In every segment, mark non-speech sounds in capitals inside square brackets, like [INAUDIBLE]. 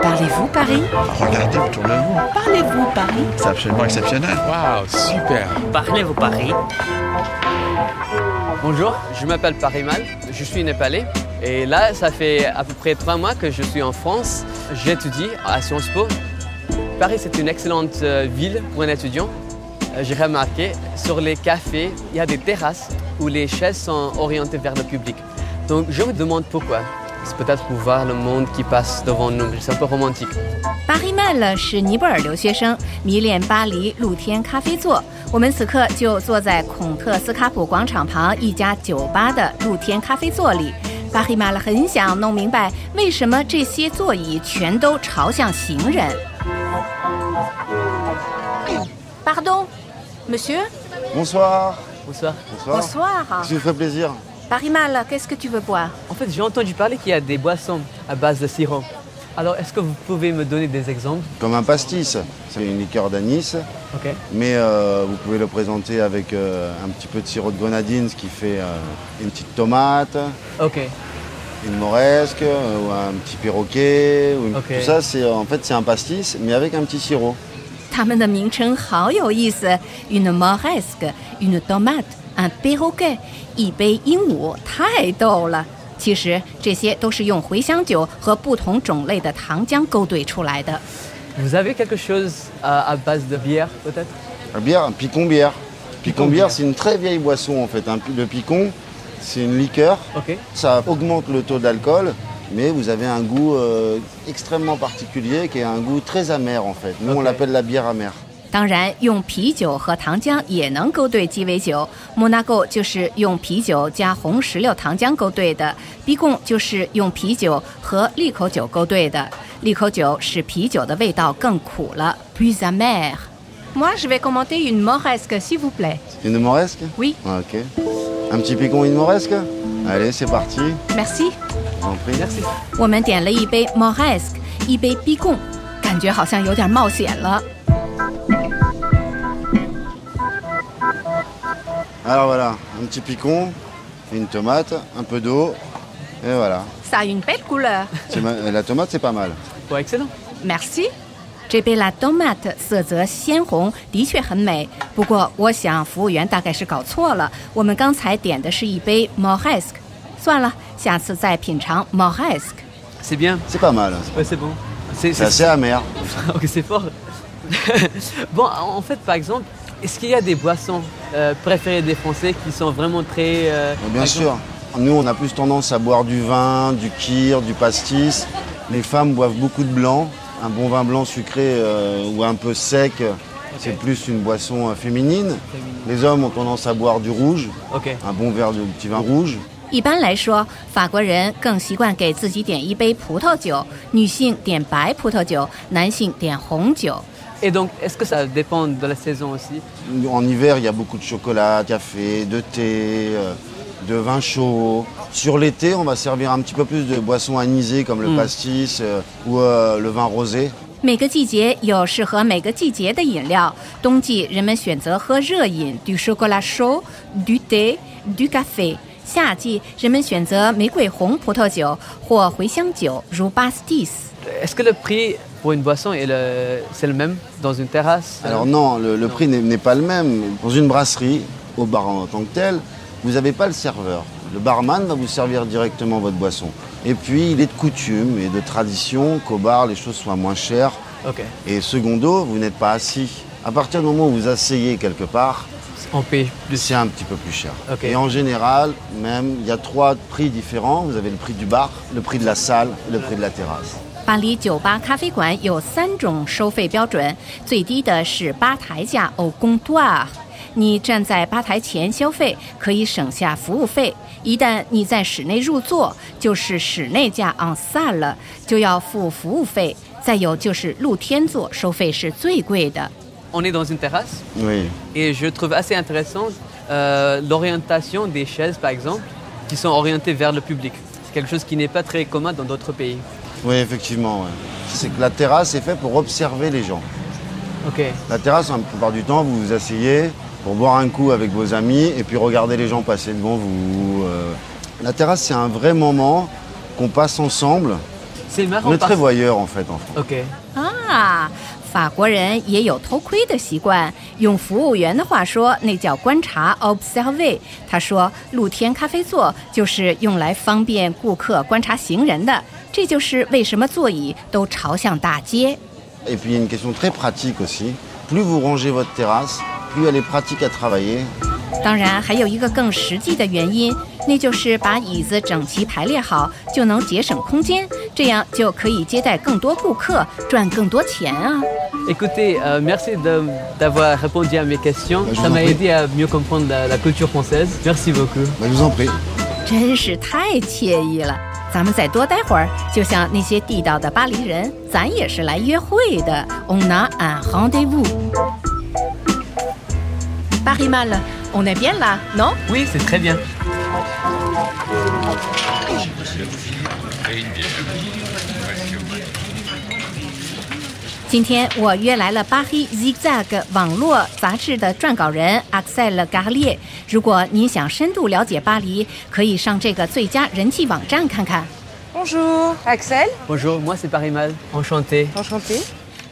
Parlez-vous Paris Regardez autour de vous. Parlez-vous Paris C'est absolument exceptionnel. Waouh, super Parlez-vous Paris Bonjour, je m'appelle Parimal, je suis népalais et là ça fait à peu près trois mois que je suis en France. J'étudie à Sciences Po. Paris c'est une excellente euh, ville pour un étudiant. Euh, J'ai remarqué sur les cafés, il y a des terrasses où les chaises sont orientées vers le public. Donc je me demande pourquoi. C'est peut-être pour voir le monde qui passe devant nous. C'est un peu romantique. 巴黑曼勒是尼泊尔留学生，迷恋巴黎露天咖啡座。我们此刻就坐在孔特斯卡普广场旁一家酒吧的露天咖啡座里。巴黑曼勒很想弄明白，为什么这些座椅全都朝向行人。Pardon, monsieur. Bonsoir. Bonsoir. Bonsoir. Bonsoir. Ça vous fait plaisir. Paris Mal, qu'est-ce que tu veux boire En fait, j'ai entendu parler qu'il y a des boissons à base de sirop. Alors, est-ce que vous pouvez me donner des exemples Comme un pastis. C'est une liqueur d'anis, Ok. mais euh, vous pouvez le présenter avec euh, un petit peu de sirop de grenadine, ce qui fait euh, une petite tomate, Ok. une moresque, euh, ou un petit perroquet. ou une- Ok. Tout ça, c'est en fait c'est un pastis, mais avec un petit sirop. 它们的名称好有意思，une moresque, une tomate, un perroquet，一杯鹦鹉，太逗了。其实这些都是用茴香酒和不同种类的糖浆勾兑出来的。 Vous avez quelque chose à, à base de bière, peut-être La bière, un picon bière. Picon bière. bière, c'est une très vieille boisson en fait. Un pi- le picon, c'est une liqueur. Ok. Ça augmente le taux d'alcool, mais vous avez un goût euh, extrêmement particulier qui est un goût très amer en fait. Nous, on Ok. l'appelle la bière amère. 当然，用啤酒和糖浆也能勾兑鸡尾酒。莫纳贡就是用啤酒加红石榴糖浆勾兑的，逼贡就是用啤酒和利口酒勾兑的。利口酒使啤酒的味道更苦了，plus amer。Moi, je vais commander une moresque, s'il vous plaît. Une moresque Oui. Ah, Ok. Un petit picon, une moresque Allez, c'est parti. Merci. Je vous en prie. Merci. 我们点了一杯 moresque，一杯逼贡，感觉好像有点冒险了。 Alors voilà, un petit picon, une tomate, un peu d'eau, et voilà. Ça a une belle couleur. C'est ma- La tomate, c'est pas mal. Ouais, excellent. Merci。这杯 La Tomate 色泽鲜红，的确很美。不过，我想服务员大概是搞错了，我们刚才点的是一杯 Moresque。算了，下次再品尝 Moresque。 C'est bien. C'est pas mal. Ouais, c'est bon. C'est, C'est c'est- assez amer. ok, c'est fort. [LAUGHS] bon, en fait, par exemple, est-ce qu'il y a des boissons euh, préférées des Français qui sont vraiment très. euh, Bon, par Bien exemple- sûr. Nous, on a plus tendance à boire du vin, du kir, du pastis. Les femmes boivent beaucoup de blanc. Un bon vin blanc sucré euh, ou un peu sec, c'est plus une boisson euh, féminine. Les hommes ont tendance à boire du rouge, Ok. un bon verre de petit vin rouge. 一般来说，法国人更习惯给自己点一杯葡萄酒，女性点白葡萄酒，男性点红酒。 Et donc, est-ce que ça dépend de la saison aussi En hiver, il y a beaucoup de chocolat, de café, de thé, euh, de vin chaud. Sur l'été, on va servir un petit peu plus de boissons anisées comme le pastis euh, ou euh, le vin rosé. 每个季节有适合每个季节的饮料。冬季人们选择喝热饮，du chocolat chaud, du thé, du café。夏季人们选择玫瑰红葡萄酒或茴香酒，如 Bastis。 Est-ce que le prix pour une boisson est le, c'est le même dans une terrasse Alors non, le, le prix n'est- n'est pas le même. Dans une brasserie, au bar en tant que tel, vous n'avez pas le serveur. Le barman va vous servir directement votre boisson. Et puis, il est de coutume et de tradition qu'au bar, les choses soient moins chères. Ok. Et secondo, vous n'êtes pas assis. À partir du moment où vous asseyez quelque part, On paye plus. c'est un petit peu plus cher. Ok. Et en général, même, il y a trois prix différents. Vous avez le prix du bar, le prix de la salle et le prix de la terrasse. 巴黎酒吧、咖啡馆有三种收费标准，最低的是吧台价哦 au comptoir。你啊站在吧台前消费，可以省下服务费；一旦你在室内入座，就是室内价 en salle 了，就要付服务费。再有就是露天座，收费是最贵的。 On est dans une terrasse Oui. et je trouve assez intéressant euh, l'orientation des chaises, par exemple, qui sont orientées vers le public. C'est quelque chose qui n'est pas très commun dans d'autres pays. Oui, effectivement. ouais. C'est que la terrasse est faite pour observer les gens. Ok. La terrasse, hein, la plupart du temps, vous vous asseyez pour boire un coup avec vos amis et puis regarder les gens passer devant vous. euh. La terrasse, c'est un vrai moment qu'on passe ensemble. C'est marrant. On est parce- très voyeur en fait en France. Ok. 啊，法国人也有偷窥的习惯。用服务员的话说，那叫观察 （observe）。他说，露天咖啡座就是用来方便顾客观察行人的。这就是为什么座椅都朝向大街。 Et puis il y a une question très pratique aussi. Plus vous rangez votre terrasse, plus elle est pratique à travailler. 当然，还有一个更实际的原因，那就是把椅子整齐排列好，就能节省空间，这样就可以接待更多顾客，赚更多钱啊。 Écoutez, euh, merci de- d'avoir répondu à mes questions. Bah, je Ça vous en m'a prie. aidé à mieux comprendre la, la culture française. Merci beaucoup. Bah, je vous en prie. 真是太惬意了。咱们再多待会儿，就像那些地道的巴黎人，咱也是来约会的。On a un rendez-vous. Paris mal, on est bien là, non? Oui, c'est très bien. 今天我约来了巴黎 Zigzag 网络杂志的撰稿人 Axel Garlier。如果您想深度了解巴黎，可以上这个最佳人气网站看看。 Bonjour, Axel. Bonjour, moi c'est Paris Mal. Enchanté. Enchanté.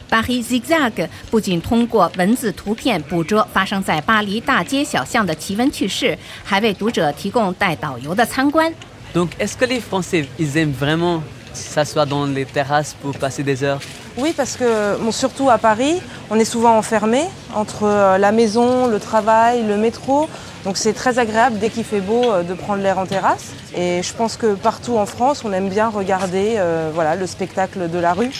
Paris Zigzag 不仅通过文字、图片捕捉发生在巴黎大街小巷的奇闻趣事，还为读者提供带导游的参观。 Donc, est-ce que les Français, ils aiment vraiment s'asseoir dans les terrasses pour passer des heures Oui, parce que bon, surtout à Paris, on est souvent enfermé entre euh, la maison, le travail, le métro. Donc c'est très agréable dès qu'il fait beau euh, de prendre l'air en terrasse. Et je pense que partout en France, on aime bien regarder euh, voilà, le spectacle de la rue.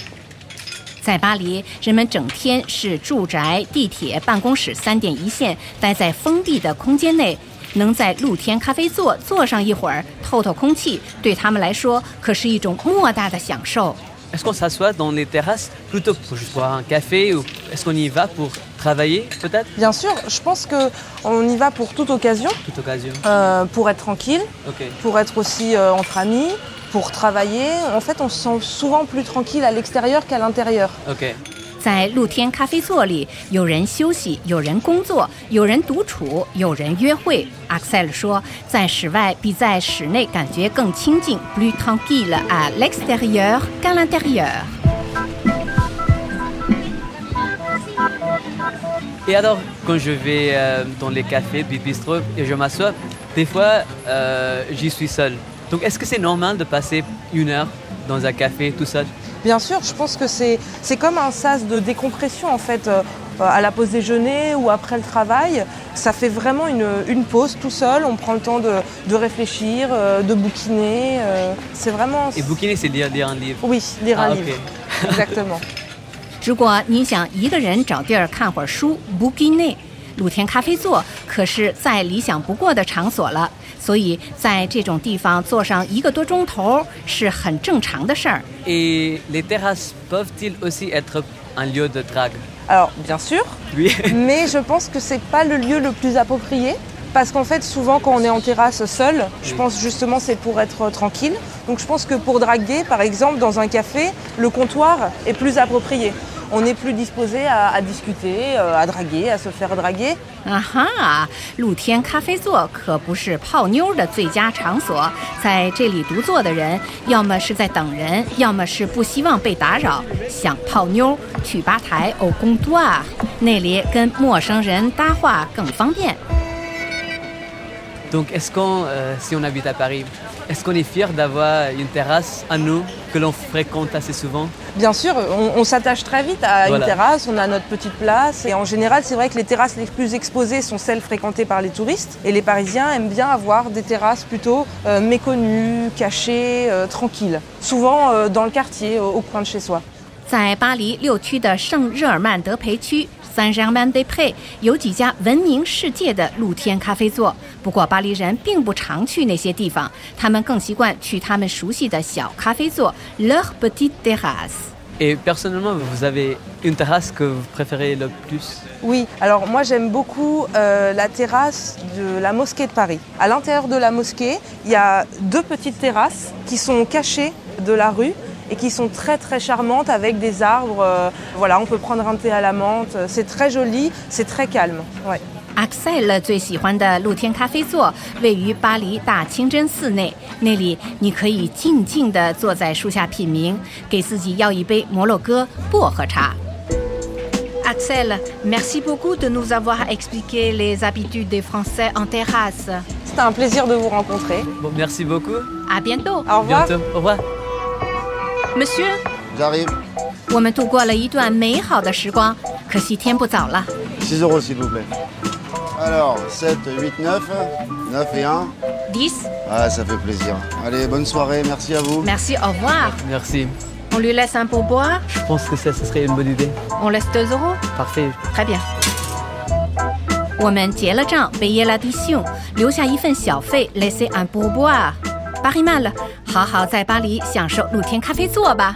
在巴黎，人们整天是住宅、地铁、办公室三点一线，待在封闭的空间内。能在露天咖啡座坐上一会儿，透透空气，对他们来说可是一种莫大的享受。 Est-ce qu'on s'assoit dans les terrasses plutôt que pour juste boire un café ou est-ce qu'on y va pour travailler peut-être Bien sûr, je pense qu'on y va pour toute occasion, Toute occasion. euh, pour être tranquille, Ok. pour être aussi euh, entre amis, pour travailler. En fait, on se sent souvent plus tranquille à l'extérieur qu'à l'intérieur. Ok. 在露天咖啡座里，有人休息，有人工作，有人独处，有人约会。阿克塞尔说，在室外比在室内感觉更亲近，plus tranquille à 啊 l'extérieur qu'à l'intérieur。 Et alors, quand je vais euh, dans les cafés, des bistrots et je m'assois, des fois, euh, j'y suis seul. Donc, est-ce que c'est normal de passer une heure dans un café tout seul Bien sûr, je pense que c'est c'est comme un sas de décompression en fait, euh, euh, à la pause déjeuner ou après le travail. Ça fait vraiment une, une pause tout seul, on prend le temps de, de réfléchir, euh, de bouquiner. euh, c'est vraiment. Et bouquiner, c'est lire, lire un livre. Oui, lire un Ah, livre. ok. Exactement. 如果你想一个人找地儿看会儿书 b o o k i n e 露天咖啡座可是再理想不过的场所了。所以在这种地方坐上一个多钟头是很正常的事儿。 Et les terrasses peuvent-ils aussi être un lieu de drague Alors, bien sûr, Oui. [LAUGHS] [LAUGHS] mais je pense que c'est pas le lieu le plus approprié. Parce qu'en fait, souvent, quand on est en terrasse seul, je pense justement c'est pour être euh, tranquille. Donc, je pense que pour draguer, par exemple, dans un café, le comptoir est plus approprié. On est plus disposé à, à discuter, euh, à draguer, à se faire draguer. 啊哈，露天咖啡座可不是泡妞的最佳场所，在这里独坐的人，要么是在等人，要么是不希望被打扰，想泡妞去吧台偶工多啊，那里跟陌生人搭话更方便。 Donc, est-ce qu'on, euh, si on habite à Paris, est-ce qu'on est fier d'avoir une terrasse à nous que l'on fréquente assez souvent Bien sûr, on, on s'attache très vite à Voilà. une terrasse, on a notre petite place. Et en général, c'est vrai que les terrasses les plus exposées sont celles fréquentées par les touristes. Et les Parisiens aiment bien avoir des terrasses plutôt euh, méconnues, cachées, euh, tranquilles. Souvent euh, dans le quartier, au, au coin de chez soi. 在巴黎六区的圣日耳曼德培区 （Saint-Germain-des-Prés） 有几家闻名世界的露天咖啡座。不过，巴黎人并不常去那些地方，他们更习惯去他们熟悉的小咖啡座 （leur petite terrasse）。 Et personnellement, vous avez une terrasse que vous préférez le plus Oui, alors moi j'aime beaucoup euh, la terrasse de la mosquée de Paris. À l'intérieur de la mosquée, il y a deux petites terrasses qui sont cachées de la rue et qui sont très très charmantes avec euh, des arbres. euh, voilà, on peut prendre un thé à la menthe, c'est très joli, c'est très calme. ouais. Axel 最喜欢的露天咖啡座位于巴黎大清真寺内，那里你可以静静地坐在树下品茗，给自己要一杯摩洛哥薄荷茶。 Axel, merci beaucoup de nous avoir expliqué les habitudes des Français en terrasse. C'était un plaisir de vous rencontrer. Bon, merci beaucoup. À bientôt， Au revoir. Bientôt. Au revoir. Monsieur。 J'arrive. 我们度过了一段美好的时光，可惜天不早了。 6 euros s'il vous plaît. Alors, 7, 8, 9, 9 et 1. 10, Ah, ça fait plaisir. Allez, bonne soirée, merci à vous. merci, au revoir. Merci. On lui laisse un pourboire, Je pense que ça, ce serait une bonne idée. on laisse 2 euros. Parfait. très bien。我们结了账，payer la mission，留下一份小费，laisser un pourboire。巴黎曼了，好好在巴黎享受露天咖啡座吧。